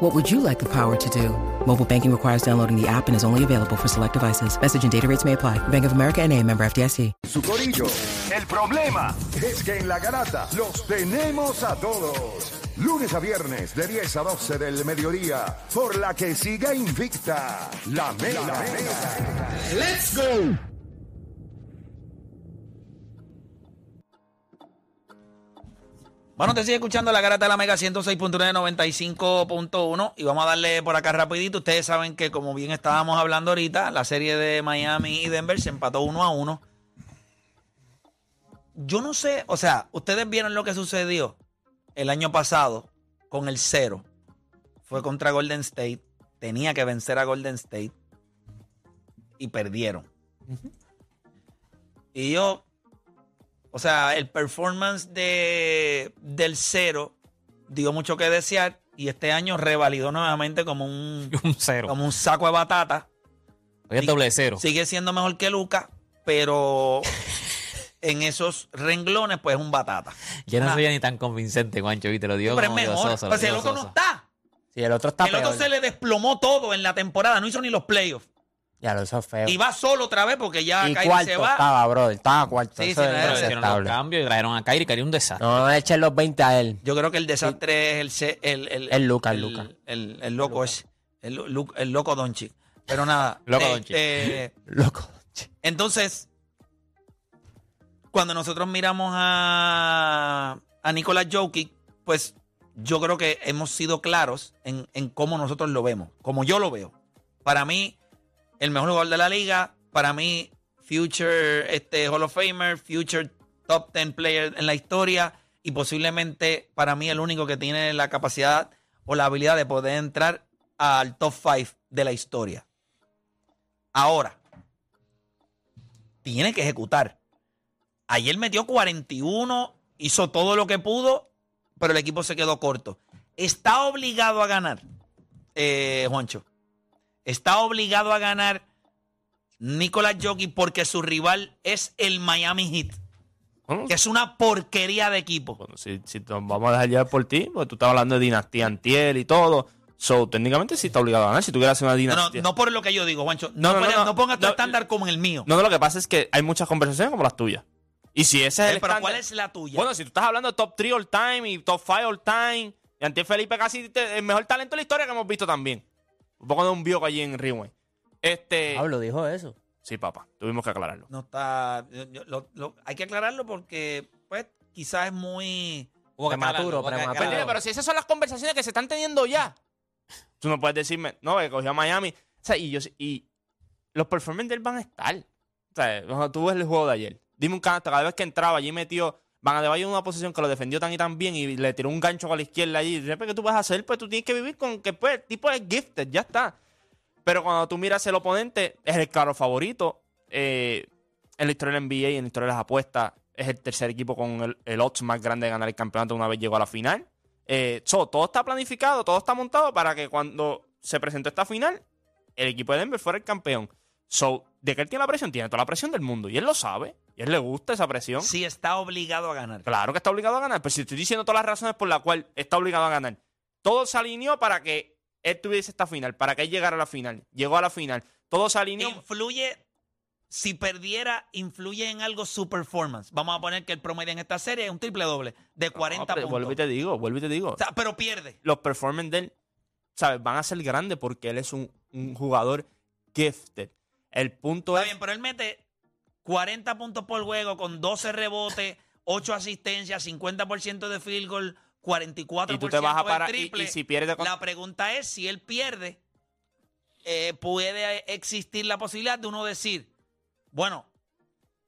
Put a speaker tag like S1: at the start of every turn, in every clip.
S1: What would you like the power to do? Mobile banking requires downloading the app and is only available for select devices. Message and data rates may apply. Bank of America and a member FDIC.
S2: su corillo. El problema es que en la garata los tenemos a todos. Lunes a viernes de 10 a 12 del mediodía, por la que siga invicta la mela.
S3: Let's go.
S4: Bueno, te sigue escuchando la garata de la Mega 106.995.1 y vamos a darle por acá rapidito. Ustedes saben que como bien estábamos hablando ahorita, la serie de Miami y Denver se empató uno a uno. Yo no sé, o sea, ustedes vieron lo que sucedió el año pasado con el cero. Fue contra Golden State, tenía que vencer a Golden State y perdieron. Y yo, o sea, el performance de, del cero dio mucho que desear y este año revalidó nuevamente como un,
S5: Un cero.
S4: como un saco de batata.
S5: Hoy es doble cero.
S4: Sigue siendo mejor que Luca, pero en esos renglones, pues es un batata.
S5: Yo no
S4: Ajá.
S5: soy ya ni tan convincente, Guancho, y te lo digo
S4: pero es
S5: como
S4: mejor.
S5: Diososo, lo
S4: pues si el
S5: digo
S4: otro no
S5: soso.
S4: está.
S6: Sí, el otro está
S4: el otro
S6: peor.
S4: se le desplomó todo en la temporada, no hizo ni los playoffs.
S6: Ya lo hizo feo.
S4: Y
S6: Y,
S4: va solo otra vez porque ya Kyrie
S6: Eh. cuarto
S4: se va.
S6: estaba, brother. Estaba cuarto.
S4: Sí,
S6: Eso
S4: sí, no
S6: es
S4: era-
S5: Pero hicieron los
S6: inaceptable.
S5: cambios y trajeron a Kyrie. Kyrie es un desastre.
S6: No, no le echen los 20 a él.
S4: Yo creo que el desastre es el, ce- el, el,
S6: El Luca, el Luca.
S4: El, el loco ese. El, lo- lu- el loco Donchi. Pero nada.
S5: Loco
S4: este,
S6: Loco.
S4: Entonces, cuando nosotros miramos a, a Nicolás Jokic, pues yo creo que hemos sido claros en, en cómo nosotros lo vemos, como yo lo veo. Para mí, el mejor jugador de la liga, para mí, future este, Hall of Famer, future top 10 player en la historia y posiblemente para mí el único que tiene la capacidad o la habilidad de poder entrar al top 5 de la historia. Ahora, tiene que ejecutar. Ayer metió 41, hizo todo lo que pudo, pero el equipo se quedó corto. Está obligado a ganar, eh, Juancho. Está obligado a ganar Nicolás Jockey porque su rival es el Miami Heat, que es una porquería de equipo.
S7: Bueno, si, si te- vamos a dejar llevar por ti, porque tú estás hablando de dinastía antiel y todo. So, técnicamente sí está obligado a ganar. Si tú quieres hacer una
S4: No, no,
S7: dinastía.
S4: no por lo que yo digo, Juancho. No,
S7: No, no, no,
S4: pongas-
S7: no.
S4: no pongas tu
S7: No,
S4: estándar como el mío.
S7: No, no, lo que pasa es que hay muchas conversaciones como las tuyas. Y si ese es
S4: Eh,
S7: el.
S4: pero
S7: estándar-
S4: ¿cuál es la tuya?
S7: Bueno, si tú estás hablando de top 3 all time y top 5 all time, y Antiel Felipe casi te- el mejor talento de la historia que hemos visto también. Un poco de un bioco allí en Rewind. Este.
S6: Pablo dijo eso.
S7: Sí, papá, tuvimos que aclararlo.
S4: no está. yo- yo- lo- lo- hay que aclararlo porque, pues, quizás es muy.
S5: Hubo que
S6: Prematuro,
S5: aclararlo, hubo que
S6: prematuro.
S5: aclararlo.
S7: Pero si esas son las conversaciones que se están teniendo ya. Tú no puedes decirme, no, que cogió a Miami. O sea, y, yo, y los performances de él van a estar. O sea, cuando tú ves el juego de ayer. Dime un canto, cada vez que entraba allí metió. Van a en una posición que lo defendió tan y tan bien y le tiró un gancho con la izquierda allí. ¿Qué tú vas a hacer? Pues tú tienes que vivir con que pues, el tipo es gifted, ya está. Pero cuando tú miras el oponente, es el claro favorito. eh, en la historia del NBA, en la historia de las apuestas, es el tercer equipo con el, el odds más grande de ganar el campeonato una vez llegó a la final. Eh, so, todo está planificado, todo está montado para que cuando se presentó esta final, el equipo de Denver fuera el campeón. So, de que él tiene la presión, tiene toda la presión del mundo. Y él lo sabe. Y a él le gusta esa presión.
S4: Sí, está obligado a ganar.
S7: Claro que está obligado a ganar, pero si estoy diciendo todas las razones por las cuales está obligado a ganar, todo se alineó para que él tuviese esta final, para que él llegara a la final. Llegó a la final. Todo se alineó.
S4: Influye, si perdiera, influye en algo su performance. Vamos a poner que el promedio en esta serie es un triple doble de 40
S7: No, pero Vuelvo y
S4: puntos.
S7: te digo, vuelvo y te digo.
S4: O sea, pero pierde.
S7: los performances de él, ¿sabes? Van a ser grandes porque él es un, un jugador gifted. El punto
S4: Está
S7: es
S4: bien, pero él mete 40 puntos por juego con 12 rebotes, 8 asistencias, 50% de field goal, 44%
S7: Y tú te vas a
S4: del
S7: parar, y-
S4: triple.
S7: y si pierde con-
S4: La pregunta es si él pierde, eh, puede existir la posibilidad de uno decir, bueno,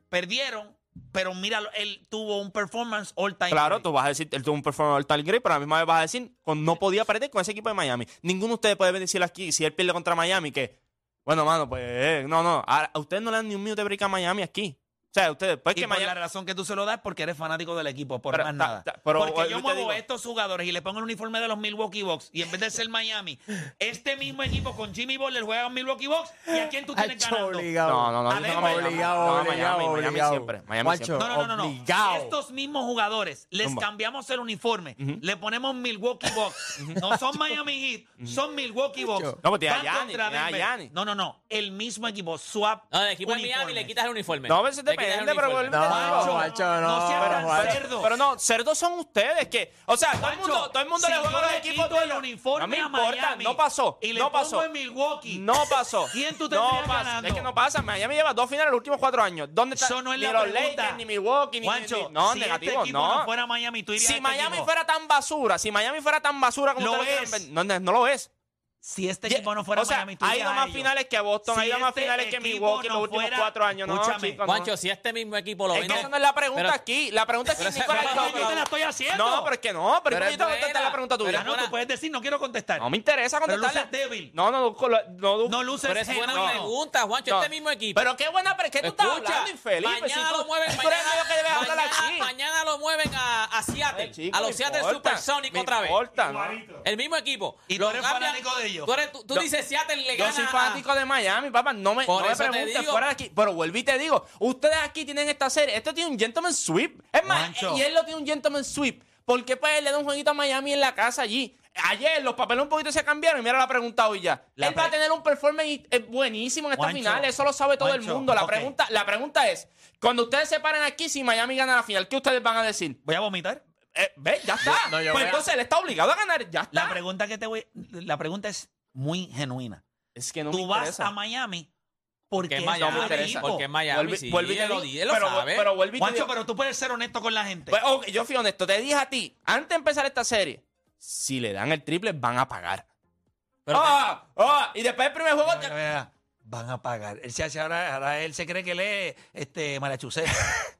S4: perdieron, pero mira, él tuvo un performance all time.
S7: Claro,
S4: great.
S7: tú vas a decir, él tuvo un performance tal great, pero a la misma vez vas a decir, con, no podía perder con ese equipo de Miami. Ninguno de ustedes puede decir aquí, si él pierde contra Miami, que, bueno, mano, pues, eh, no, no, a, a ustedes no le dan ni un minuto de break a Miami aquí. O sea, ustedes, pues
S4: Y
S7: que
S4: por
S7: Miami...
S4: la razón que tú se lo das porque eres fanático del equipo, por
S7: Pero,
S4: más
S7: ta-
S4: nada.
S7: ta- pero,
S4: porque
S7: eh,
S4: yo
S7: te
S4: muevo
S7: digo-
S4: a estos jugadores y le pongo el uniforme de los Milwaukee Bucks y en vez de ser Miami, este mismo equipo con Jimmy Butler juega a los Milwaukee Bucks y a quién tú tienes
S6: Hacho,
S4: ganando.
S6: obligado.
S7: No, no, no,
S4: yo tengo a Miami.
S6: obligado, obligado,
S7: No, a Miami,
S6: obligado,
S7: Miami siempre, Miami
S6: Guacho,
S7: siempre.
S4: No, no, no, no.
S6: obligado.
S4: Estos mismos jugadores les
S7: Zumba.
S4: cambiamos el uniforme, le ponemos Milwaukee Bucks. no son Miami Heat, son Milwaukee Bucks.
S7: No, pues tiene a
S4: Van
S7: Giannis,
S4: contra
S7: tiene a
S4: Denver.
S7: Giannis.
S4: No, no, no. El mismo equipo, swap.
S5: No, el equipo de Miami
S4: uniformes.
S5: le quitas el uniforme.
S7: No, a veces
S5: Le quitas el
S7: depende, pero
S5: uniforme.
S6: No,
S7: vuelve-
S4: Guacho,
S6: guacho,
S4: no
S6: no.
S4: seas tan
S6: guacho.
S4: cerdo. cerdos.
S7: Pero no, cerdos son ustedes, que, o sea, todo el
S4: Pancho,
S7: mundo, todo el mundo
S4: si
S7: le juega
S4: yo
S7: a los
S4: le
S7: equipos
S4: quito el
S7: de-
S4: uniforme
S7: No me
S4: a
S7: importa,
S4: Miami
S7: no pasó,
S4: y le
S7: no
S4: pongo
S7: pasó.
S4: en Milwaukee.
S7: No pasó.
S4: ¿Quién tú
S7: no
S4: tendrías
S7: pasa.
S4: ganando?
S7: Es que no pasa. Miami lleva dos finales en los últimos cuatro años. ¿Dónde está?
S4: Eso no es
S7: ni
S4: la
S7: los
S4: pregunta.
S7: Lakers, ni Milwaukee, ni
S4: Juancho,
S7: ni- no,
S4: si
S7: negativo,
S4: este equipo
S7: no.
S4: no fuera Miami, tú irías a
S7: si
S4: este
S7: Miami
S4: equipo.
S7: fuera tan basura, si Miami fuera tan basura como
S4: Lo
S7: ustedes
S4: es.
S7: quieren vender- no, no, no lo es.
S4: Si este equipo no fuera
S7: o sea,
S4: Miami, tú
S7: ha
S4: irías
S7: ido
S4: a
S7: más
S4: ellos.
S7: finales que Boston,
S4: Si
S7: ha ido más
S4: este
S7: finales que
S4: equipo
S7: Milwaukee en
S4: no
S7: los últimos
S4: fuera-
S7: cuatro años. No,
S4: Escúchame,
S7: chico, no.
S5: Guancho, si este mismo equipo lo
S7: Es
S5: vende.
S7: que esa no es la pregunta
S5: Pero-
S7: aquí. La pregunta es
S5: pero
S7: si
S5: esa-
S7: Nicolás
S5: pero-
S7: Jokic-
S4: yo te la estoy haciendo.
S7: No, pero es que no. Pero,
S5: Pero
S7: yo
S5: es
S7: te voy a contestar
S5: buena.
S7: la pregunta
S5: Pero
S7: tuya.
S4: Ah, no, tú
S5: buena.
S4: puedes decir, no quiero contestar.
S7: No me interesa
S4: pero
S7: contestarla.
S4: luces débil.
S7: No, no, no, no,
S4: No luces
S5: Pero es buena
S4: genuino.
S5: pregunta, Juancho.
S7: No.
S5: Este mismo equipo.
S7: Pero qué buena, pero es que tú estás
S5: Escucha,
S7: hablando infeliz. pues,
S5: Mañana
S7: si tú-
S5: lo mueven.
S7: tú eres
S5: mañana-
S7: medio que debes hablar
S5: mañana-
S7: aquí.
S5: Mañana lo mueven a, a Seattle.
S7: Ay, chico,
S5: a los
S7: me
S5: Seattle
S7: importa,
S5: Supersonic
S7: me
S5: otra vez.
S7: importa, ¿no?
S5: El mismo equipo.
S4: Y tú
S5: Lo
S4: eres
S5: cambian-
S4: fanático de ellos.
S5: Tú, eres- tú- tú
S7: Yo-
S5: dices Seattle le
S7: Yo
S5: gana
S7: soy
S5: a-
S7: fanático de Miami, papá. No me,
S5: Por
S7: no me
S5: eso te
S7: preguntes
S5: digo.
S7: fuera de aquí. Pero vuelvo y te digo, ustedes aquí tienen esta serie. Esto tiene un gentleman sweep. Es más,
S4: Juancho.
S7: y él lo tiene un gentleman sweep. ¿Por qué pues él le da un jueguito a Miami en la casa allí? Ayer los papeles un poquito se cambiaron y mira la pregunta hoy ya.
S4: La
S7: él va a
S4: pre-
S7: tener un performance eh, buenísimo en esta
S4: Juancho,
S7: final, eso lo sabe todo el
S4: Juancho,
S7: mundo. La,
S4: ok.
S7: pregunta, la pregunta es, cuando ustedes se paran aquí, si Miami gana la final, ¿qué ustedes van a decir?
S4: Voy a vomitar.
S7: Eh, ve, ya está.
S6: no, yo voy
S7: pues
S6: a-
S7: entonces él está obligado a ganar, ya está.
S4: La pregunta que te voy, la pregunta es muy genuina.
S7: es que no me
S4: Tú vas
S7: interesa.
S4: a Miami porque
S5: Porque
S4: es
S5: es
S7: No me
S4: Miami.
S7: interesa.
S5: Miami. Porque es Miami.
S7: Vuelve-
S5: sí,
S7: vuelve y te
S5: él lo
S7: digo,
S5: di- él lo
S7: pero-
S5: sabe.
S7: Pero vuelve y te
S4: Juancho,
S7: digo-
S4: pero tú puedes ser honesto con la gente.
S7: Pues, ok, yo fui honesto, te dije a ti, antes de empezar esta serie, si le dan el triple, van a pagar.
S5: Pero-
S7: ¡Ah! ¡Ah! Y después del primer juego.
S4: Mira, mira, mira. Van a pagar. Él se hace ahora, ahora él se cree que él es este Massachusetts.
S7: te-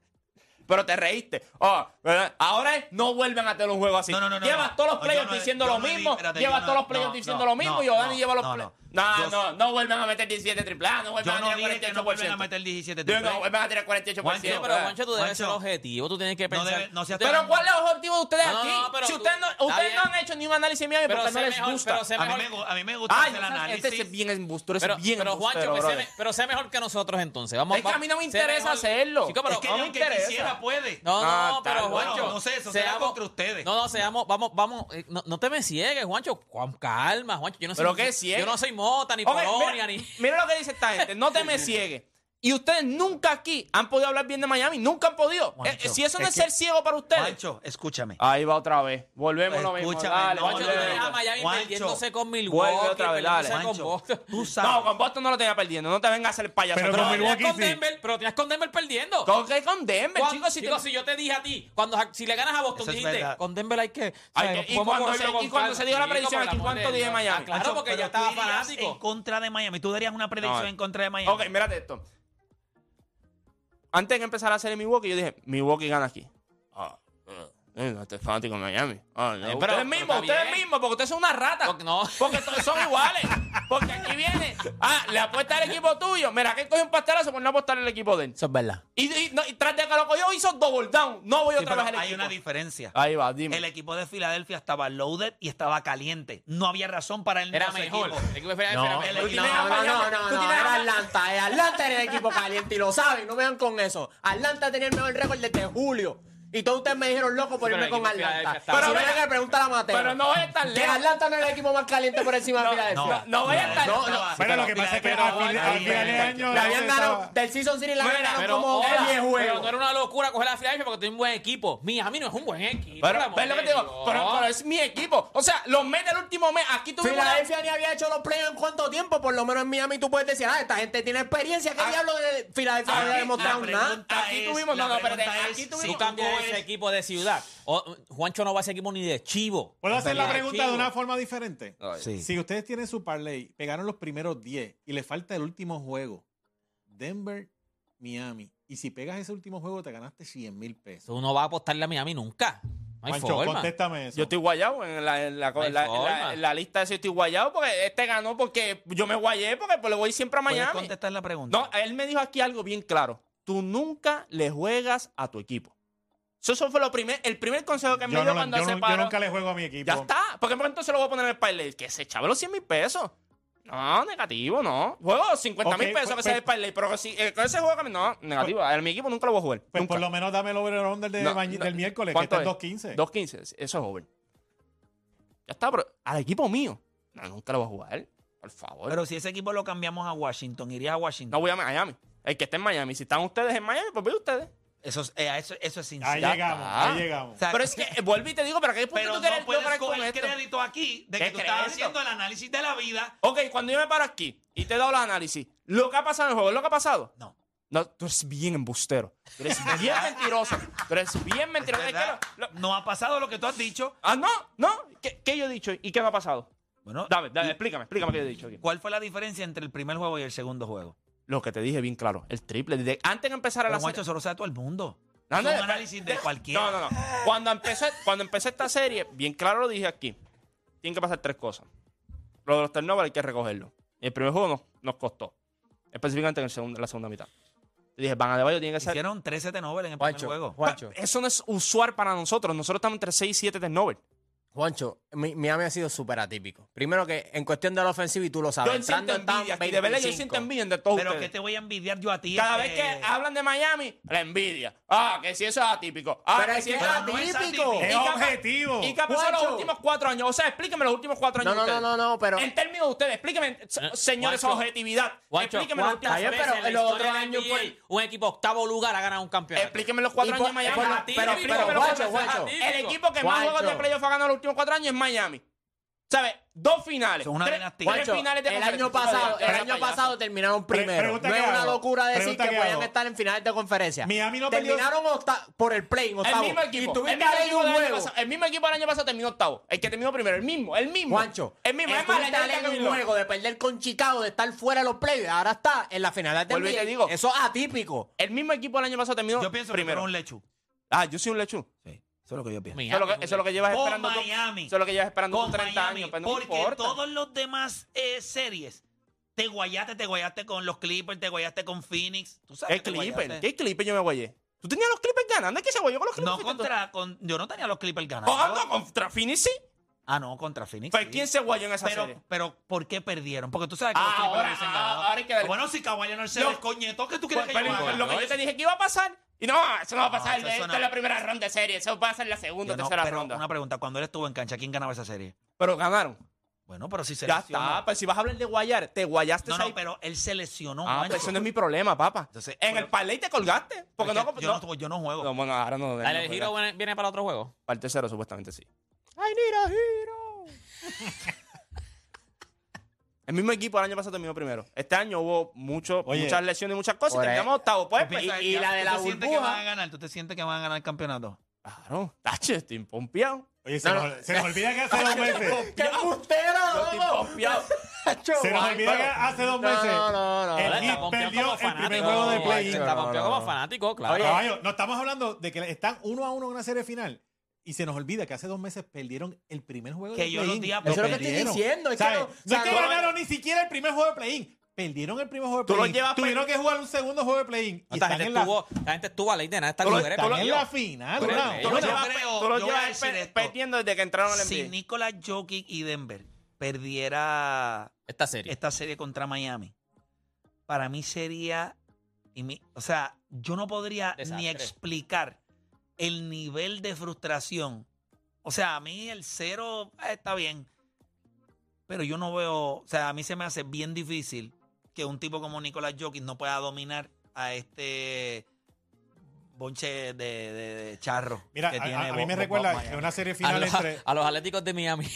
S7: pero te reíste. Ah, ¿verdad? Ahora es, no vuelven a tener un juego así.
S4: No, no, no, no,
S7: Llevas
S4: no.
S7: todos los
S4: No,
S7: playoffs
S4: yo no he-
S7: diciendo
S4: yo
S7: lo
S4: no he-
S7: mismo.
S4: espérate,
S7: llevas
S4: yo no-
S7: todos los playoffs
S4: no,
S7: diciendo
S4: no,
S7: lo mismo.
S4: no,
S7: y Giovanni
S4: no,
S7: lleva los
S4: no,
S7: playoffs.
S4: no.
S7: No,
S4: Yo-
S7: no, no vuelven a meter 17 triples. ah, No vuelven
S4: Yo no
S7: a tirar
S4: dije que no vuelven a
S7: 48%.
S4: meter 17
S7: Digo,
S4: triples.
S7: No vuelven a tirar 48%.
S4: Juancho,
S5: Sí, pero
S7: ¿verdad?
S5: Guancho, tú debes ser
S4: Juancho.
S5: objetivo. Tú tienes que
S4: No
S5: pensar.
S4: debe- no seas
S5: Tú tienes-
S7: Pero ¿cuál es el objetivo de ustedes
S5: No,
S7: aquí?
S5: no, pero
S7: si
S5: tú-
S7: ustedes no,
S5: está
S7: ustedes no
S5: bien.
S7: han hecho ni un análisis mío
S5: Pero
S7: porque
S5: sé
S7: no les
S5: mejor-
S7: gusta.
S5: pero sé
S4: A mí,
S5: mejor-
S4: me, gu- a mí me gusta
S7: Ay,
S4: hacer
S7: no seas-
S4: análisis.
S7: este es bien embustero,
S5: Pero,
S7: es bien
S5: pero Juancho,
S7: embustero,
S5: pues, sé,
S7: brother.
S5: me- pero sé mejor que nosotros entonces. Vamos,
S7: Es que a mí no me
S5: vamos- sé
S7: interesa
S5: mejor-
S7: hacerlo.
S5: Chico, pero
S4: es que
S7: no me
S4: aunque
S7: interesa.
S4: quisiera puede.
S5: No,
S7: Ah,
S5: no, pero
S7: tal,
S4: bueno,
S5: Juancho.
S4: no sé, eso será contra ustedes.
S5: No, no, seamos, vamos, vamos. eh, No, no te me ciegues, Juancho. Juan, calma, Juancho. Yo no soy,
S7: Pero qué ciego.
S5: Yo no soy mota, ni
S7: Ok,
S5: Polonia,
S7: mira,
S5: ni.
S7: mira lo que dice esta gente, no te me ciegues. Y ustedes nunca aquí han podido hablar bien de Miami, nunca han podido.
S4: Juancho,
S7: Eh, si eso no es,
S4: es
S7: ser
S4: que-
S7: ciego para ustedes. Ah,
S4: Mancho, escúchame.
S7: Ahí va otra vez. Volvemos
S4: Pues
S7: lo mismo.
S4: escúchame,
S7: Dale,
S4: no,
S5: Juancho, tú
S7: volvemos.
S4: Juancho,
S5: dejas a Miami
S4: Juancho.
S5: perdiéndose con
S7: Vuelve
S5: Milwaukee,
S7: otra vez, dale.
S5: perdiéndose con
S4: Mancho,
S5: Boston.
S4: tú sabes.
S7: No, con Boston no lo tenías perdiendo. No te vengas a hacer el payaso.
S8: Pero
S7: otra
S8: con
S7: vez.
S5: Pero
S8: Milwaukee
S5: tenías con
S8: sí.
S5: Denver, pero tenías con Denver perdiendo.
S7: ¿Con qué con Denver,
S5: Cuan-
S7: chicos? Si
S5: chicos,
S7: tú-
S5: si yo te dije a ti, cuando ja- si le ganas a Boston,
S4: Eso es
S5: dijiste,
S4: verdad.
S5: con Denver hay que.
S7: Hay
S5: ¿sabes?
S7: que- y
S5: Vamos a
S7: cuando
S5: cogerlo
S7: se-
S5: con
S7: y cuando
S5: calma.
S7: se dio la
S5: Chico, por
S7: predicción aquí,
S5: el amor
S7: ¿cuánto
S5: de
S7: dije
S5: Dios.
S7: Miami?
S5: Ah, Claro,
S4: Mancho,
S5: porque
S4: pero
S5: ya
S4: tú
S5: estaba
S4: irías En
S5: fanático.
S4: contra de Miami. Tú darías una predicción
S7: No. eh.
S4: en contra de Miami.
S7: Ok, mírate esto. Antes de empezar a hacer el Milwaukee, yo dije, Milwaukee gana aquí. Ah, eh, eh, no, este es fanático de Miami. Ah, no,
S5: Eh, pero-
S7: ustedes
S5: pero
S7: mismos,
S5: está
S7: ustedes
S5: bien.
S7: mismos, porque ustedes son una rata.
S5: Porque no.
S7: Porque todos son iguales. Porque aquí viene, ah, le apuesta al equipo tuyo. Mira, que él coge un pastelazo por no apostar al equipo de él.
S6: Eso es verdad.
S7: Y, y, no, y tras de que lo cogió, hizo double down. No voy
S4: Sí,
S7: otra
S4: pero
S7: vez al
S4: hay
S7: equipo.
S4: una diferencia.
S7: Ahí va, dime.
S4: El equipo de Filadelfia estaba loaded y estaba caliente. No había razón para él no
S5: Era
S4: ser
S5: mejor.
S4: equipo.
S5: El equipo de Filadelfia
S6: No,
S5: era
S4: el
S5: mejor.
S4: equipo-
S6: no, no, no, no, no, era Atlanta. eh, Atlanta era el equipo caliente y lo saben, no me dan con eso. Atlanta tenía el mejor récord desde julio. Y todos ustedes me dijeron loco por
S5: Pero
S6: irme
S5: el
S6: con
S5: equipo de
S6: Atlanta.
S5: Filadelfia
S6: Pero
S7: estaba-
S6: si no que preguntar a Mateo.
S7: Pero no es tan
S6: Que
S7: lejos.
S6: Atlanta no era el equipo más caliente por encima de Filadelfia.
S7: no, no voy a estar-
S6: No, no.
S4: Estaba-
S8: Bueno, lo que pasa es que
S4: Filadelfia
S8: al fin-
S4: estaba
S8: al final de
S4: caliente.
S8: año-
S6: Le habían
S8: Atlanta
S6: ganado
S8: estaba-
S6: del Season Series, le
S7: Mira,
S6: habían ganado
S7: pero
S6: como
S7: hola,
S6: 10
S7: pero
S6: juegos.
S7: no
S5: era una locura coger a Filadelfia porque tiene un buen equipo. Miami no es un buen equipo. por
S7: Pero,
S5: amor
S7: ¿ves lo
S5: de
S7: que te digo?
S5: Dios.
S7: Pero, pero es mi equipo. O sea, los Mets del último mes, aquí tuvimos una-
S6: Filadelfia ni había hecho los playoffs en cuánto tiempo, por lo menos en Miami tú puedes decir, ah, esta gente tiene experiencia,
S7: Ah,
S6: ¿qué diablo de Filadelfia no había demostrado nada?
S7: Aquí tuvimos, no, no, espérate, aquí tuvimos.
S5: Si cambia ese equipo de ciudad. O- Juancho no va a ese equipo ni de chivo.
S8: ¿Puedo hacer
S5: Ni
S8: la
S5: de
S8: pregunta de
S5: chivo.
S8: una forma diferente?
S4: Sí.
S8: Si ustedes tienen su parlay, pegaron los primeros 10 y le falta el último juego, Denver, Miami, y si pegas ese último juego te ganaste 100 mil pesos.
S5: Tú no vas a apostarle a Miami nunca. No hay
S8: Pancho,
S5: forma.
S8: contéstame eso.
S7: Yo estoy guayado en la, en la,
S5: No hay
S7: en la- en la-
S5: forma.
S7: en la lista de si estoy guayado porque este ganó porque yo me guayé porque pues le voy siempre a
S4: ¿Puedes
S7: Miami.
S4: contestar la pregunta?
S7: No, eh, él me dijo aquí algo bien claro. Tú nunca le juegas a tu equipo. Eso, eso fue lo primer, el primer consejo que
S8: Yo
S7: me dio
S8: no le-
S7: cuando
S8: yo
S7: se
S8: nu- yo
S7: paró.
S8: nunca le juego a mi equipo.
S7: Ya está. ¿Por qué por qué entonces lo voy a poner en el parlay? Que se echaba los 100 mil pesos. No, negativo, no. Juego 50 mil
S8: Ok,
S7: pesos
S8: pues-
S7: que sea el parlay, pero si eh, con ese juego que me- no, negativo. a mi equipo nunca lo voy a jugar.
S8: Pues
S7: nunca.
S8: por lo menos dame el over under de
S7: No,
S8: mañ-
S7: no,
S8: del miércoles, que este
S7: ¿cuánto
S8: está en
S7: es?
S8: 2.15.
S7: 2.15, eso es over. Ya está, pero al equipo mío. No, nunca lo voy a jugar. Por favor.
S4: Pero si ese equipo lo cambiamos a Washington, irías a
S7: no
S4: Washington.
S7: voy a Miami. El que esté en Miami. Si están ustedes en Miami, pues ve ustedes.
S4: Eso, es- eh, eso, eso es
S8: Ahí
S4: sincero.
S8: llegamos,
S7: está.
S8: ahí llegamos.
S4: O sea,
S7: Pero es que, eh, vuelvo y te digo, pero ¿a qué punto
S4: pero
S7: tú quieres
S4: no puedes
S7: lograr con
S4: coger
S7: esto?
S4: crédito aquí de
S7: ¿Qué
S4: que tú estás
S7: crédito?
S4: haciendo el análisis de la vida.
S7: Ok, cuando yo me paro aquí y te he dado los análisis, lo que ha pasado en el juego, ¿es lo que ha pasado?
S4: No.
S7: No, tú eres bien embustero. Tú eres bien mentiroso. Tú eres bien mentiroso. Es que
S4: ¿Verdad?
S7: lo- lo-
S4: No ha pasado lo que tú has dicho.
S7: ah, no, no. ¿Qué, qué yo he dicho y qué me ha pasado?
S4: Bueno,
S7: Dame, dame, explícame, explícame qué yo he dicho aquí.
S4: ¿cuál fue la diferencia entre el primer juego y el segundo juego?
S7: Lo que te dije bien claro, el triple. Desde antes que empezara
S4: Pero,
S7: la
S4: Juancho,
S7: serie.
S4: eso lo sabe todo el mundo.
S7: No,
S4: Es
S7: no,
S4: un
S7: no,
S4: análisis de
S7: no,
S4: cualquiera.
S7: No, no, no. Cuando empecé, cuando empecé esta serie, bien claro lo dije aquí. Tienen que pasar tres cosas. Lo de los turnovers hay que recogerlo. Y el primer juego nos, nos costó. Específicamente en el segundo, en la segunda mitad. Te dije, Van Adebayo tiene que ser. Ah,
S4: Hicieron 13 tenovelas en el
S6: Juancho,
S4: primer juego.
S6: Juancho,
S7: Eso no es usual para nosotros. Nosotros estamos entre 6 y 7 turnovers.
S6: Juancho, mi- Miami ha sido súper atípico. Primero que en cuestión de la ofensiva, y tú lo sabes,
S7: Yo siento
S6: entrando están
S7: envidia. aquí, De verdad, yo
S6: 25.
S7: siento envidia de todos
S4: Pero que
S7: ustedes.
S4: te voy a envidiar yo a ti.
S7: Cada vez
S4: este-
S7: que hablan de Miami, la envidia. Ah, que si eso es atípico. Ah,
S6: Pero
S7: que
S6: es
S7: si
S6: que
S7: eso
S6: es
S7: es
S4: no es
S6: atípico.
S4: atípico.
S8: Es
S7: Y capaz-
S8: objetivo.
S7: ¿Y qué ha pasado
S6: Juancho.
S7: los últimos cuatro años? O sea, explíqueme los últimos cuatro años.
S6: No, no,
S7: de
S6: no,
S7: ustedes.
S6: no, no, pero-
S7: En términos de ustedes, explíqueme, se-
S5: Eh,
S7: señores,
S5: Juancho.
S7: objetividad.
S5: Guacho,
S7: explíqueme los
S5: ¿cuántas
S7: últimos
S6: Ayer,
S7: años.
S5: veces
S6: pero
S5: en la
S6: el otro
S5: historia de la
S6: año
S5: NBA,
S6: fue-
S5: un equipo octavo lugar ha ganado un campeonato?
S7: Explíqueme los cuatro
S6: Y
S7: años de
S6: por-
S7: Miami.
S6: por la-
S7: Ah,
S6: pero- pero-
S7: explíqueme
S6: pero,
S7: los
S6: Guacho,
S7: cuatro años.
S6: Guacho.
S7: El equipo que más
S6: Guacho.
S7: juegos de playoff ha ganado los últimos cuatro años es Miami. ¿Sabes? Dos finales.
S4: Son una
S7: tres,
S4: dinastía.
S7: tres
S6: Guacho,
S7: finales de
S6: el
S7: conferencia.
S6: año pasado, el
S7: Era
S6: año
S7: payaso.
S6: pasado terminaron primero.
S8: pregunta
S6: No
S8: que
S6: es una
S8: hago.
S6: locura decir
S8: Pregunta
S6: que
S8: que
S6: podían
S8: hago.
S6: estar en finales de conferencia.
S8: Miami no perdió-
S6: terminaron octa- por el play en octavo.
S7: El mismo equipo.
S6: Y tuviste
S7: el, mismo
S6: ahí
S7: equipo
S6: un
S7: del año
S6: juego.
S7: pasado- el mismo equipo del año pasado terminó octavo. El que terminó primero. El mismo, el mismo.
S6: Juancho,
S7: El mismo. Es más,
S6: estuviste
S7: la gente
S6: alegre
S7: que
S6: un juego de perder con Chicago, de estar fuera de los playoffs, ahora está en la final de
S7: Vuelvo y te
S6: NBA.
S7: digo.
S6: Eso es atípico.
S7: El mismo equipo del año pasado terminó
S4: Yo pienso que
S7: primero.
S4: fue un lechu.
S7: Ah, yo soy un lechú.
S4: Sí, eso es lo que yo pienso.
S7: Eso es lo que, eso es lo que llevas
S4: Con
S7: esperando. tú-
S4: Miami.
S7: eso es lo que llevas esperando
S4: Con
S7: tú 30
S4: Miami,
S7: años. pero no
S4: porque
S7: importa.
S4: todos los demás eh, series, te guayaste, te guayaste con los Clippers, te guayaste con Phoenix. ¿Tú sabes
S7: ¿Qué
S4: que te
S7: Clipper?
S4: guayaste?
S7: ¿Qué Clipper yo me guayé? ¿Tú tenías los Clippers ganando? ¿Es que se guayó con los Clippers?
S4: No contra, con- yo no tenía los Clippers ganando.
S7: Oh, ando contra Phoenix, sí.
S4: Ah, no, contra Phoenix.
S7: ¿Pero
S4: sí.
S7: quién se guayó en esa serie?
S4: pero, pero, ¿por qué perdieron? Porque tú sabes que los
S7: Ah,
S4: Clippers
S7: ahora-
S4: hubiesen
S7: ah,
S4: ganado.
S7: ahora hay que ver.
S4: Bueno, si Kawhi no se
S7: Yo-
S4: descoñetó, ¿qué tú
S7: Pero,
S4: quieres que yo
S7: pero
S4: haga?
S7: Pues, lo que yo te dije que iba a pasar. Y no, eso no va a pasar.
S4: eso- eso
S7: Esta
S4: no.
S7: es la primera ronda de serie. Eso pasa en la segunda
S4: Yo
S7: o
S4: no,
S7: tercera
S4: pero
S7: ronda.
S4: Una pregunta, cuando él estuvo en cancha, ¿quién ganaba esa serie?
S7: Pero ganaron.
S4: Bueno, pero si se
S7: Ya
S4: lesionó.
S7: está. Pero si vas a hablar de guayar, te guayaste
S4: No,
S7: esa-
S4: no, pero él se lesionó.
S7: Ah,
S4: Juancho.
S7: pero eso no es mi problema, papá.
S4: Entonces,
S7: en
S4: pero-
S7: el parlay te colgaste. Porque
S4: Porque
S7: no,
S4: yo, no, yo no juego.
S7: No, bueno, ahora no. no
S5: Dale, el
S7: juega.
S5: giro viene, viene para otro juego.
S7: Parte tercero, supuestamente sí. I need a hero. El mismo equipo el año pasado terminó primero. Este año hubo mucho,
S8: Oye.
S7: muchas lesiones y muchas cosas. Y
S6: Ahora,
S7: terminamos octavo. Pues,
S4: Pues,
S7: pues,
S4: ¿sabes?
S6: y
S4: Ya,
S6: la de la
S4: ¿Tú te sientes que
S6: burbuja?
S4: van a ganar? ¿Tú te sientes que van a ganar el campeonato?
S7: Claro, tache, estoy pompeado.
S8: Oye, se,
S6: No,
S8: nos, se nos olvida que hace dos meses.
S6: ¡Qué
S7: Yo estoy
S6: embustero,
S7: pompeado.
S8: Se nos olvida que hace dos
S6: No,
S8: meses.
S6: no, no, no.
S8: El
S5: Ahora
S8: Heat
S5: está pompeado
S8: perdió
S5: como
S8: el primer
S5: fanático.
S8: juego de
S5: No,
S8: play.
S5: Está pompeado como fanático, claro.
S6: Oye,
S8: Caballo, no estamos hablando de que están uno a uno en una serie final y se nos olvida que hace dos meses perdieron el primer juego
S4: Que
S8: de
S4: yo los
S8: play-in.
S4: días-
S8: Lo
S4: Eso es lo que
S6: estoy
S8: perdieron.
S6: diciendo, es que
S8: ¿Sabes?
S6: no-
S8: no,
S6: o
S8: es
S6: sea,
S8: que
S6: no-
S8: ganaron ni siquiera el primer juego de play-in. Perdieron el primer juego de
S7: Tú lo
S8: play-in.
S7: llevas
S8: Tuvieron que jugar un segundo juego de play-in. Y
S5: Esta
S8: están
S5: gente,
S8: en la,
S5: estuvo, esta gente estuvo a la idea de nada esta
S7: Tú lo-
S5: libre.
S8: están en
S7: yo-
S8: la final.
S5: tú lo-
S8: una-
S5: tú
S7: Tú
S5: lo
S7: lo
S8: una-
S4: yo
S7: llevas,
S4: creo-
S7: tú lo
S4: yo voy a
S7: llevas
S4: decir
S7: pe-
S4: esto.
S7: perdiendo desde que entraron al
S4: Si
S7: NBA.
S4: Nicolas Jokic y Denver perdiera
S5: Esta serie.
S4: esta serie contra Miami, para mí sería. y mi- o sea, yo no podría ni
S5: Desastre.
S4: explicar el nivel de frustración. O sea, a mí el cero eh, está bien. Pero yo no veo. O sea, a mí se me hace bien difícil que un tipo como Nicolas Jokic no pueda dominar a este bonche de, de- de charro.
S8: Mira,
S4: que
S8: a-
S4: tiene
S8: a, a mí
S4: Bo-
S8: me
S4: Bo-
S8: recuerda
S4: Bob
S8: que
S4: Miami.
S8: una serie
S5: A
S8: final
S5: los,
S8: entre.
S5: a los Atléticos de Miami.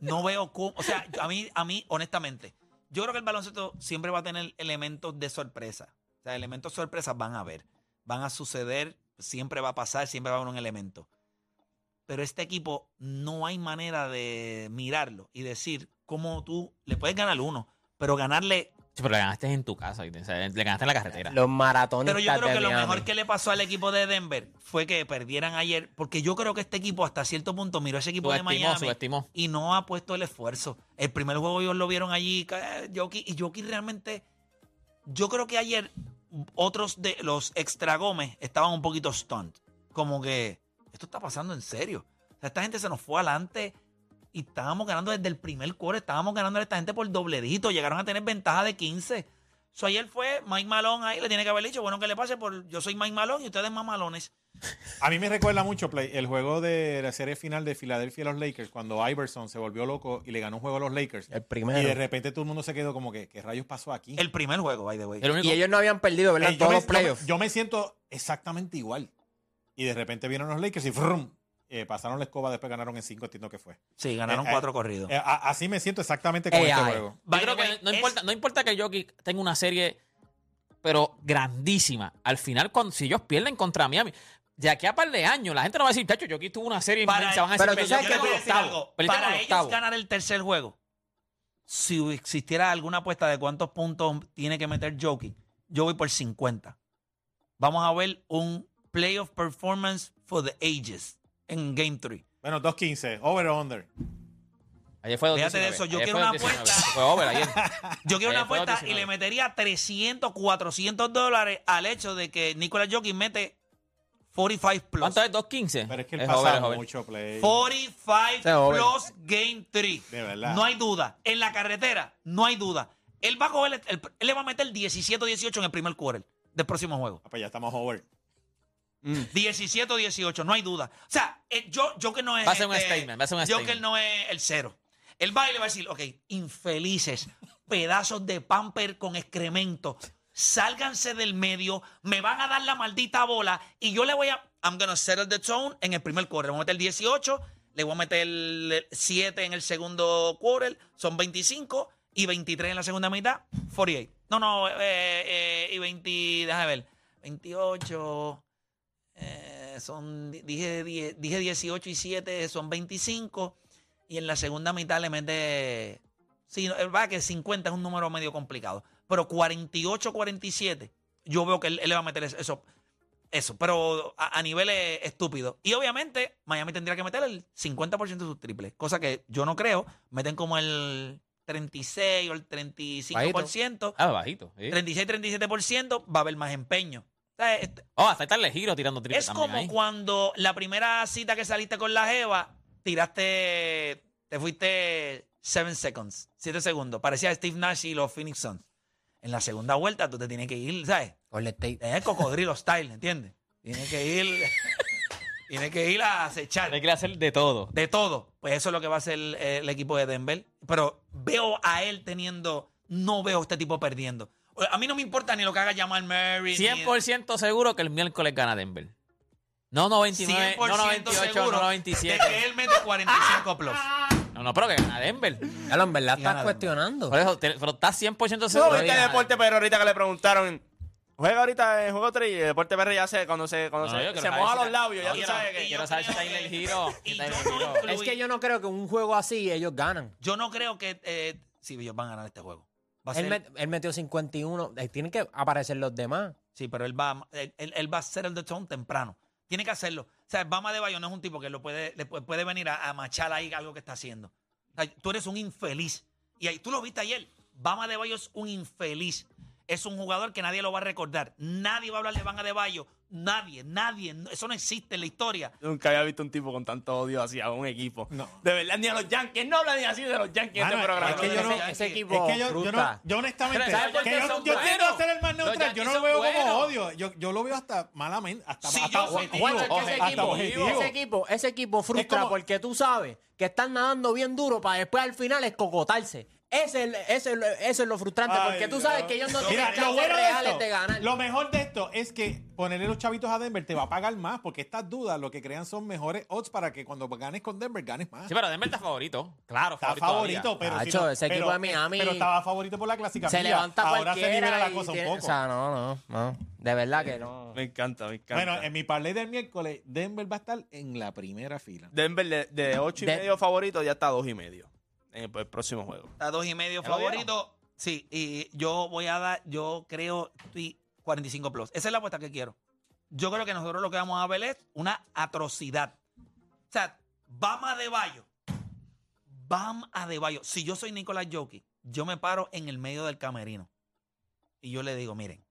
S4: No veo cómo. O sea, a mí, a mí, honestamente, yo creo que el baloncesto siempre va a tener elementos de sorpresa. O sea, elementos sorpresas van a haber, van a suceder, siempre va a pasar, siempre va a haber un elemento. Pero este equipo no hay manera de mirarlo y decir cómo tú le puedes ganar uno, pero ganarle.
S5: Sí, pero le ganaste en tu casa, ¿viste? O sea, le ganaste en la carretera.
S6: Los maratones.
S4: Pero yo creo que lo mejor que le pasó al equipo de Denver fue que perdieran ayer, porque yo creo que este equipo hasta cierto punto miró a ese equipo de
S5: Subestimó,
S4: Miami.
S5: subestimó.
S4: y no ha puesto el esfuerzo. El primer juego ellos lo vieron allí, ca- Jokic, y Jokic realmente, yo creo que ayer otros de los extra Gómez estaban un poquito stunned. Como que esto está pasando en serio. O sea, esta gente se nos fue adelante y estábamos ganando desde el primer cuarto, estábamos ganando a esta gente por dobledito, llegaron a tener ventaja de 15. So, ayer fue Mike Malone ahí, le tiene que haber dicho, bueno, que le pase por yo soy Mike Malone y ustedes más malones.
S8: A mí me recuerda mucho Play, el juego de la serie final de Filadelfia y los Lakers, cuando Iverson se volvió loco y le ganó un juego a los Lakers.
S6: El
S8: Y de
S6: primero.
S8: repente todo el mundo se quedó como que, ¿qué rayos pasó aquí?
S4: El primer juego, by the way.
S5: El único-
S6: Y ellos no habían perdido, ¿verdad?
S8: Eh,
S6: En todos
S8: me-
S6: los playoffs.
S8: me- yo me siento exactamente igual. Y de repente vieron los Lakers y ¡frum! Eh, pasaron la escoba, después ganaron en cinco, entiendo que fue.
S4: Sí, ganaron
S8: Eh, eh,
S4: cuatro corridos.
S8: Eh, a- así me siento exactamente con
S6: AI.
S8: este juego.
S5: Yo
S4: By
S5: creo
S4: the
S5: que
S4: way,
S5: no,
S4: es-
S5: importa, no importa que Jokic tenga una serie, pero grandísima. Al final, cuando, si ellos pierden contra Miami, de aquí a par de años, la gente no va a decir, chacho, Jokic tuvo una serie inmensa. Van a decir,
S6: pero tú
S5: "Perdió
S6: sabes
S4: yo
S6: que
S4: le voy a
S5: con
S4: decir
S5: octavo,
S4: algo.
S5: perdió con
S4: Para ellos
S5: octavo".
S4: ganar el tercer juego, si existiera alguna apuesta de cuántos puntos tiene que meter Jokic, yo voy por 50. Vamos a ver un playoff performance for the ages en Game 3.
S8: Bueno, 2-15, over or under.
S5: Ayer fue
S4: Fíjate
S5: 2.19,
S4: de eso, yo
S5: ayer
S4: quiero
S5: fue
S4: una
S5: 2.19,
S4: apuesta.
S5: Fue over ayer.
S4: Yo quiero
S5: Eh,
S4: una
S5: fue
S4: apuesta y
S5: 19.
S4: le metería 300, 400 dólares al hecho de que Nicolas Jokic mete 45 plus.
S5: ¿Cuánto es? 2.15.
S8: Pero es que el
S5: Es
S8: pasado
S5: over, es over.
S8: mucho play.
S4: 45
S6: Se joven.
S4: plus Game 3.
S8: De verdad.
S4: No hay duda. En la carretera, no hay duda. Él va a coger, el- el- él le va a meter 17 18 en el primer quarter del próximo juego.
S8: Ah, pues ya estamos over.
S4: 17 18, no hay duda. O sea, eh, yo, yo que no es. este,
S5: Va a ser un statement, va a ser un
S4: yo que
S5: statement.
S4: él no es el cero. Él va y le va a decir, ok, infelices, pedazos de pamper con excremento, sálganse del medio, me van a dar la maldita bola y yo le voy a. I'm gonna settle the tone en el primer quarter. Le voy a meter 18, le voy a meter el 7 en el segundo quarter, son 25 y 23 en la segunda mitad, 48. No, no, eh, eh, y 20, déjame ver, 28. Eh, son, di- dije, die- dije 18 y 7 son 25. Y en la segunda mitad le mete. Sí, no, va que 50 es un número medio complicado. Pero 48, 47, yo veo que él, él le va a meter eso- eso. Eso, pero a, a niveles estúpidos. Y obviamente, Miami tendría que meter el 50% de sus triples, cosa que yo no creo. Meten como el 36 o el 35%.
S5: Ah, bajito. sí.
S4: 36-37% va a haber más empeño. O sea, este, es-
S5: Oh, hasta estarle giro tirando triple
S4: es
S5: también
S4: como
S5: ahí.
S4: cuando la primera cita que saliste con la Jeva, tiraste, te fuiste 7 seconds, 7 segundos. Parecía Steve Nash y los Phoenix Suns. En la segunda vuelta tú te tienes que ir, ¿sabes?
S6: Golden State.
S4: Es cocodrilo style, ¿entiendes? Tienes que ir, tienes que ir a acechar
S5: Hay que hacer de todo.
S4: de todo. Pues eso es lo que va a hacer el, el equipo de Denver. Pero veo a él teniendo, no veo a este tipo perdiendo. O- A mí no me importa ni lo que haga Jamal Murray. ni-
S5: 100% seguro que el miércoles gana Denver. No 99, no 98, no
S4: seguro de
S5: 97.
S4: que él mete 45 plus.
S5: No, no, pero que gana Denver.
S6: Ya lo en verdad
S4: Y ganaron.
S6: estás cuestionando.
S5: Por eso, te- pero estás 100%
S7: ¿Tú no
S5: seguro.
S7: viste
S5: que gana
S7: deporte perro ahorita que le preguntaron? Juega ahorita en juego 3 y el deporte perro ya se cuando se, cuando
S5: No, yo
S7: se,
S5: quiero
S7: se
S5: saber
S7: moja
S5: si-
S7: los
S5: no,
S7: labios, ya tú
S5: quiero-
S7: sabes que.
S5: quiero saber si Tyler Hero-
S4: Y
S5: si
S4: yo
S5: Tyler
S4: no
S5: Hero.
S4: incluí-
S6: Es que yo no creo que un juego así ellos ganan.
S4: yo no creo que eh, sí, ellos van a ganar este juego. Va a
S6: Él,
S4: ser-
S6: met- él metió 51. eh, Tienen que aparecer los demás.
S4: Sí, pero él va, él, él- él va a hacer el de Stone temprano. Tiene que hacerlo. O sea, Bama de Bayo no es un tipo que lo puede, le pu- puede venir a, a machar ahí algo que está haciendo. O sea, tú eres un infeliz. Y ahí tú lo viste ayer. Bama de Bayo es un infeliz. Es un jugador que nadie lo va a recordar. Nadie va a hablar de Bama de Bayo. Nadie, nadie. No- Eso no existe en la historia.
S7: Nunca había visto un tipo con tanto odio hacia un equipo.
S8: No.
S7: De verdad, ni a los Yankees. No hablan ni así de los Yankees en
S8: Mano,
S7: este programa.
S8: es que yo no-
S6: ese, ese
S8: Es
S6: equipo.
S8: que yo, yo no,
S6: fruta.
S8: yo honestamente,
S5: Pero ¿sabes por
S8: que
S5: qué
S8: yo,
S5: son
S8: yo
S5: buenos?
S8: quiero ser el más
S5: Los
S8: neutral, yo no
S5: Yankees
S8: lo veo
S5: son
S8: como
S5: buenos.
S8: odio, yo, yo lo veo hasta malamente, hasta,
S4: Si
S8: hasta
S4: yo soy
S8: objetivo,
S4: bueno, es que
S6: ese,
S8: hasta
S6: equipo,
S8: objetivo.
S6: ese equipo, ese equipo frustra
S8: como-
S6: porque tú sabes que están nadando bien duro para después al final escocotarse. Ese es, el- ese es lo- eso es lo frustrante,
S8: Ay,
S6: porque tú
S8: Dios.
S6: sabes que ellos no
S8: Mira,
S6: tienen
S8: lo
S6: chances
S8: bueno de
S6: reales
S8: esto,
S6: de ganar.
S8: Lo mejor de esto es que ponerle los chavitos a Denver te va a pagar más, porque estas dudas lo que crean son mejores odds para que cuando ganes con Denver ganes más.
S5: Sí, pero Denver está favorito. Claro,
S8: Está favorito,
S5: todavía.
S8: pero si
S6: Nacho,
S8: no-
S6: ese
S8: pero-
S6: equipo de Miami-
S8: Pero estaba favorito por la clásica.
S6: se levanta
S8: Ahora se
S6: cualquiera
S8: libera la
S6: y
S8: cosa un
S6: tiene-
S8: poco.
S6: O sea, no, no.
S7: No.
S6: De verdad que
S4: eh,
S6: no.
S7: Me encanta, me encanta.
S8: bueno, en mi parlay del miércoles, Denver va a estar en la primera fila.
S7: Denver de, de 8 y
S6: De-
S7: medio favorito ya está a 2 y medio en el, el próximo juego.
S4: A dos y medio
S7: ¿Ya lo
S4: favorito. Sí, y yo voy a dar, yo creo, estoy 45 plus. Esa es la apuesta que quiero. Yo creo que nosotros lo que vamos a ver es una atrocidad. O sea, Bam Adebayo. Bam Adebayo. Si yo soy Nicolás Jockey, yo me paro en el medio del camerino. Y yo le digo, miren,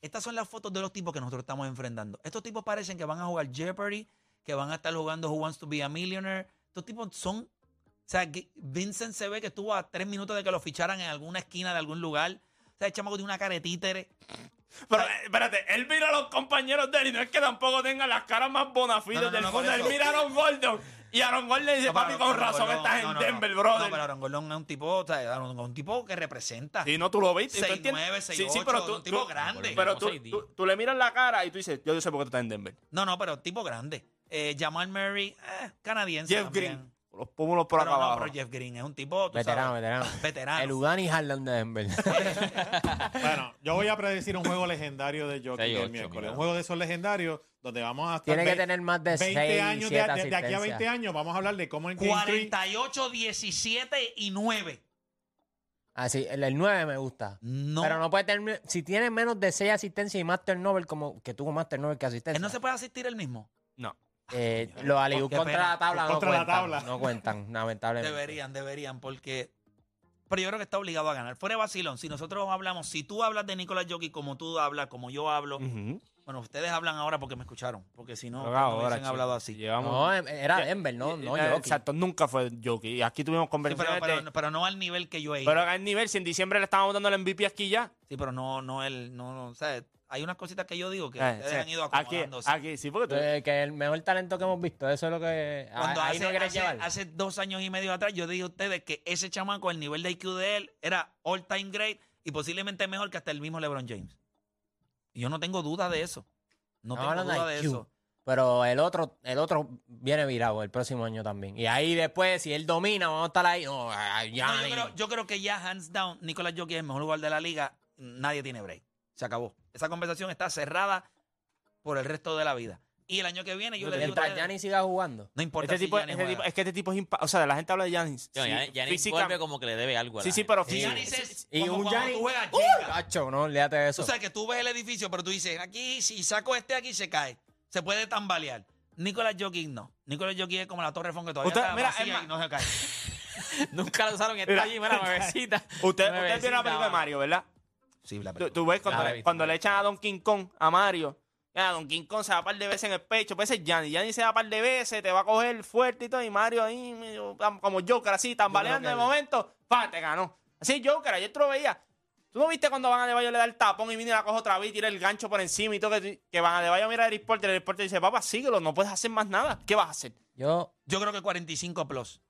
S4: estas son las fotos de los tipos que nosotros estamos enfrentando. Estos tipos parecen que van a jugar Jeopardy, que van a estar jugando Who Wants to Be a Millionaire. Estos tipos son o sea, que Vincent se ve que estuvo a tres minutos de que lo ficharan en alguna esquina de algún lugar. O sea, el chamaco tiene una cara de títere.
S7: Pero eh, espérate, él mira a los compañeros de él y no es que tampoco tengan las caras más bonafides
S4: No, no, no,
S7: del
S4: no,
S7: mundo.
S4: por
S7: Él
S4: eso.
S7: mira a Aaron Gordon y Aaron Gordon dice,
S4: No,
S7: papi,
S4: pero
S7: con
S4: Aaron
S7: razón
S4: Gordon-
S7: estás
S4: no,
S7: en
S4: no,
S7: Denver,
S4: no.
S7: brother.
S4: No, pero Aaron Gordon es un tipo, o sea, Aaron Gordon es un tipo que representa.
S7: Sí, no, tú lo viste. y tú
S4: 6'9",
S7: entiendes.
S4: 6'8", un tipo grande.
S7: Pero
S5: Como
S7: tú,
S5: 6'10".
S7: tú- tú le miras la cara y tú dices, yo, yo sé por qué tú estás en Denver.
S4: No, no, pero tipo grande. Eh, Jamal Murray, eh, canadiense.
S7: Jeff
S4: también.
S7: Green, los pómulos por
S4: pero
S7: acá
S4: no,
S7: abajo.
S4: pero Jeff Green es un tipo. tú
S6: Veterano,
S4: sabes,
S6: veterano.
S4: veterano.
S6: El Udani Harlan de Denver.
S8: Bueno, yo voy a predecir un juego legendario de Jockey
S5: Seis,
S8: el
S5: ocho,
S8: miércoles.
S5: mira.
S8: Un juego de esos legendarios donde vamos a estar
S6: Tiene que
S8: ve-
S6: tener más de seis,
S8: años.
S6: siete
S8: de, de- de aquí a
S6: asistencias.
S8: 20 años vamos a hablar de cómo en Game Three-
S4: 48, 17 y 9.
S6: Así, Ah, el, el 9 me gusta.
S4: No.
S6: Pero no puede tener. Si tiene menos de 6 asistencias y más turnover, como que tuvo más turnover que asistencia.
S4: Él no se puede asistir él mismo.
S7: No.
S6: eh, los aliú
S4: Pues Qué
S6: contra
S4: pena.
S6: la tabla
S8: Contra
S6: no
S8: la
S6: cuentan.
S8: tabla.
S6: No cuentan, lamentablemente.
S4: Deberían, deberían, porque. Pero yo creo que está obligado a ganar. Fuera de vacilón, si nosotros hablamos, si tú hablas de Nicolás Jockey como tú hablas, como yo hablo,
S7: Ujú.
S4: bueno, ustedes hablan ahora porque me escucharon, porque si no,
S7: Pero
S4: ustedes no
S7: ahora,
S4: hubiesen
S7: chico,
S4: hablado así.
S7: Llevamos...
S6: No, em- era Denver, no, no
S7: Eh,
S6: Jokic.
S7: Exacto, nunca fue Jockey. Y aquí tuvimos
S4: Sí, pero,
S7: conversaciones
S4: pero-
S7: de...
S4: pero no al nivel que yo he ido.
S7: Pero acá en nivel, si en diciembre le estábamos dando el MVP aquí ya.
S4: sí, pero no, no el, no, no, o sea, hay unas cositas que yo digo que
S7: Eh,
S4: ustedes
S7: sí.
S4: han ido
S7: aquí,
S4: acomodándose.
S7: aquí, sí, porque tú- este
S6: Eh, que el mejor talento que hemos visto, eso es lo que. a-
S4: Cuando
S6: Ah, ahí
S4: hace,
S6: no quieres
S4: hace,
S6: llevar.
S4: hace dos años y medio atrás, yo dije a ustedes que ese chamaco, el nivel de IQ de él, era all time great y posiblemente mejor que hasta el mismo LeBron James. Y yo no tengo duda de eso. No,
S6: Estamos
S4: tengo
S6: hablando
S4: duda
S6: de
S4: de
S6: IQ.
S4: eso.
S6: Pero el otro, el otro viene virado el próximo año también. Y ahí después, si él domina, vamos a estar ahí. no, ah, ya
S4: No, yo,
S6: ni-
S4: creo, yo creo que ya, hands down, Nicolás Jokic es el mejor jugador de la liga. Nadie tiene break. Se acabó. Esa conversación está cerrada por el resto de la vida. Y el año que viene, yo le digo. a
S6: Mientras
S4: ustedes,
S6: Giannis siga jugando.
S4: No importa.
S7: este
S4: si
S7: tipo,
S4: Giannis
S7: este
S4: juega.
S7: tipo- es que este tipo es impa- O sea, la gente habla de Giannis.
S5: Yo,
S7: sí,
S5: ya, ya ni
S7: física-
S5: vuelve como que le debe algo a la
S7: Sí, sí,
S5: gente.
S7: pero
S4: Si
S7: física-
S4: Giannis es
S6: Y
S4: como
S6: un
S4: cuando
S6: Giannis-
S4: tú juegas
S6: ¡Uh!
S4: Jenga.
S6: Cacho, no, olvídate de eso.
S4: O sea, que tú ves el edificio, pero tú dices, aquí, si saco este aquí, se cae. Se puede tambalear. Nicolás Jokic no. Nicolás Jokic es como la Torre Fon que todavía
S7: Usted-
S4: está
S7: mira,
S4: vacía
S7: es más-
S4: y no se cae.
S5: Nunca la usaron. Está
S7: Mira.
S5: allí, mira, nuevecita.
S7: Usted,
S5: Nuevecita,
S7: usted vio la película de
S5: mano.
S7: Mario, ¿verdad?
S4: Sí, la
S7: Tú,
S4: película.
S7: tú ves cuando,
S5: la he visto,
S7: cuando
S5: la he
S7: le echan a Don King Kong, a Mario. A Don King Kong se da un par de veces en el pecho. Pues ese es Giannis. Giannis se da un par de veces, te va a coger fuerte y todo. Y Mario ahí, medio tam- como Joker, así, tambaleando
S4: Yo
S7: de
S4: creo que-
S7: momento. ¡Pa! Te ganó. Así, Joker, ayer tú lo veías. ¿Tú no viste cuando Van Adebayo le da el tapón y viene y la coge otra vez y tira el gancho por encima y todo? Que, que Van Adebayo mira a Eric Porter y Eric Porter dice, papá, síguelo, no puedes hacer más nada. ¿Qué vas a hacer?
S6: Yo,
S4: Yo creo que 45 plus.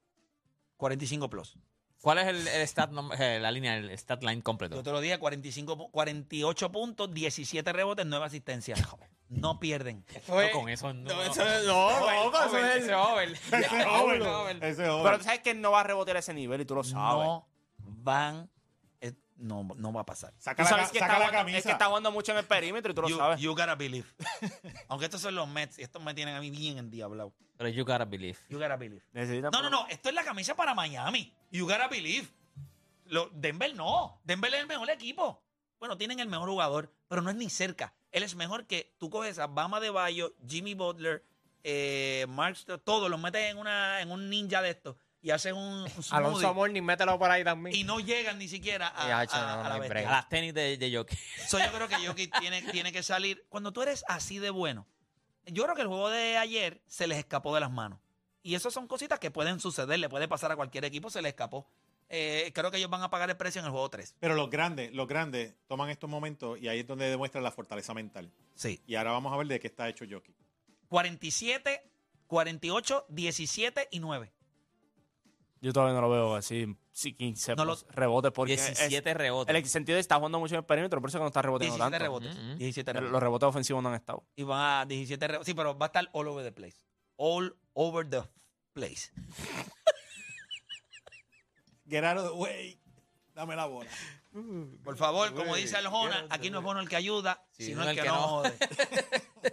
S4: 45 plus.
S5: ¿Cuál es el, el stat nom- eh, la línea, el stat line completo?
S4: Yo te lo dije, 45, pu- 48 puntos, 17 rebotes, 9 asistencias. No pierden.
S5: No, con eso no. No,
S7: no, con eso
S5: over,
S7: es-
S5: ese over.
S8: Ese
S5: Ese
S8: es over.
S5: over.
S8: Ese es over.
S7: Pero tú sabes que él no va a rebotear a ese nivel y tú lo sabes.
S4: No van. eh, No, no va a pasar.
S7: Tú
S8: Saca la,
S7: sabes
S8: ca-
S7: que
S8: saca
S7: está
S8: la
S7: jugando-
S8: camisa.
S7: Es que está jugando mucho en el perímetro y tú lo
S4: You,
S7: sabes.
S4: you gotta believe. Aunque estos son los Mets, y estos me tienen a mí bien endiablado.
S5: Pero you gotta believe.
S4: You gotta believe.
S7: Necesita-
S4: No, no, no. Esto es la camisa para Miami. You gotta believe. Lo- Denver no. Denver es el mejor equipo. Bueno, tienen el mejor jugador, pero no es ni cerca. Él es mejor que tú coges a Bama de Bayo, Jimmy Butler, eh, Mark, Sto- todos los metes en, una, en un ninja de estos y hacen un, un
S6: Alonso
S4: smoothie
S6: Morning, mételo por ahí también.
S4: y no llegan ni siquiera a,
S6: Ya, chaval,
S4: a-
S6: no
S4: a la
S6: hay
S4: bestia.
S6: break.
S5: A las tenis de, de Jokic.
S4: So, yo creo que Jokic tiene, tiene que salir. Cuando tú eres así de bueno, yo creo que el juego de ayer se les escapó de las manos. Y eso son cositas que pueden suceder, le puede pasar a cualquier equipo, se les escapó. Eh, creo que ellos van a pagar el precio en el juego 3.
S8: Pero los grandes, los grandes toman estos momentos y ahí es donde demuestran la fortaleza mental.
S4: Sí.
S8: Y ahora vamos a ver de qué está hecho Jokic.
S4: 47, 48, 17 y 9.
S7: Yo todavía no lo veo así, sí, 15
S4: No lo-
S7: pues, rebotes. Porque es-
S5: 17 rebotes.
S7: el sentido de está jugando mucho en el perímetro, por eso que no está reboteando
S4: 17
S7: tanto.
S4: rebotes. 17
S7: Pero
S4: rebotes.
S7: Los rebotes ofensivos no han estado.
S4: Y va a 17 rebotes. Sí, pero va a estar all over the place. All over the place.
S8: Get out of the way. Dame la bola.
S4: Por favor, como dice Aljona, aquí no es bueno el que ayuda, sino el que, no jode.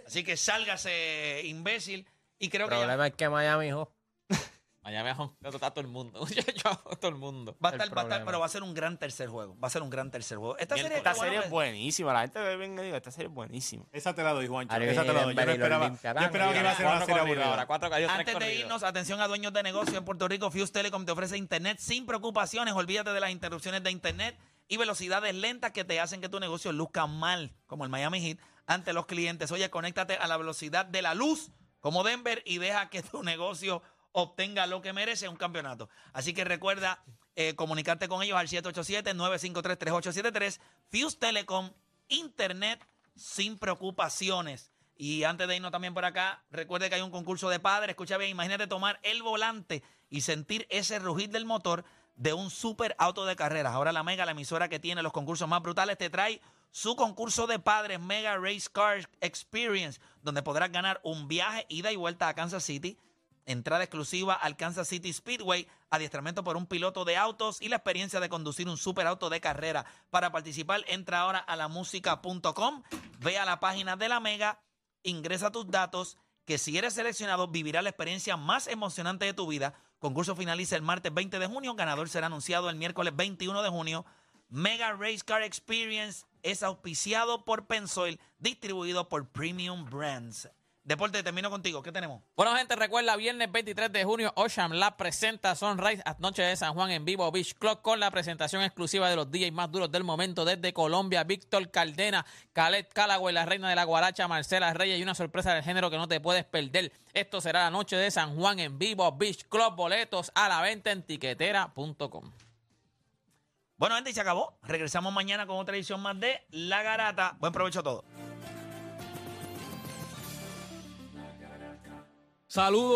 S4: Así que sálgase, imbécil. Y creo
S6: El
S4: que ya va
S6: problema es que Miami, hijo.
S5: Miami es un- está todo el mundo. Yo, yo hago todo el mundo.
S4: a estar, va a estar, pero va a ser un gran tercer juego. Va a ser un gran tercer juego. Esta serie, está
S7: Esta
S4: buena,
S7: serie es
S4: pero-
S7: buenísima. La gente ve bien y diga, esta serie es buenísima.
S8: Esa te la doy, Juancho.
S6: Ahora
S8: Esa te la
S6: viene
S8: doy. Yo
S6: Denver
S8: no
S6: y los
S8: esperaba,
S6: limpia.
S8: yo esperaba que iba a ser una
S5: Cuatro
S8: serie
S5: corridos ahora,
S8: aburrida.
S5: cuatro corridos, tres
S4: Antes de
S5: corridos.
S4: irnos, atención a dueños de negocio en Puerto Rico, Fuse Telecom te ofrece internet sin preocupaciones. Olvídate de las interrupciones de internet y velocidades lentas que te hacen que tu negocio luzca mal, como el Miami Heat, ante los clientes. Oye, conéctate a la velocidad de la luz, como Denver, y deja que tu negocio obtenga lo que merece un campeonato. Así que recuerda eh, comunicarte con ellos al 787-953-3873. Fuse Telecom, internet sin preocupaciones. Y antes de irnos también por acá, recuerde que hay un concurso de padres. Escucha bien, imagínate tomar el volante y sentir ese rugir del motor de un super auto de carreras. Ahora la Mega, la emisora que tiene los concursos más brutales, te trae su concurso de padres Mega Race Car Experience, donde podrás ganar un viaje ida y vuelta a Kansas City, entrada exclusiva al Kansas City Speedway, adiestramiento por un piloto de autos y la experiencia de conducir un superauto de carrera. Para participar, entra ahora a lamusica.com, ve a la página de la Mega, ingresa tus datos, que si eres seleccionado vivirá la experiencia más emocionante de tu vida. Concurso finaliza el martes 20 de junio, ganador será anunciado el miércoles 21 de junio. Mega Race Car Experience es auspiciado por Pensoil, distribuido por Premium Brands. Deporte, termino contigo. ¿Qué tenemos?
S5: Bueno, gente, recuerda, viernes 23 de junio, Ocean Lab presenta Sunrise at Noche de San Juan en vivo Beach Club con la presentación exclusiva de los DJs más duros del momento desde Colombia, Víctor Cardena, Khaled Calagüey, la reina de la guaracha, Marcela Reyes y una sorpresa del género que no te puedes perder. Esto será la Noche de San Juan en vivo Beach Club, boletos a la venta en tiquetera.com.
S4: Bueno, gente, y se acabó. Regresamos mañana con otra edición más de La Garata. Buen provecho a todos.
S9: Saludos.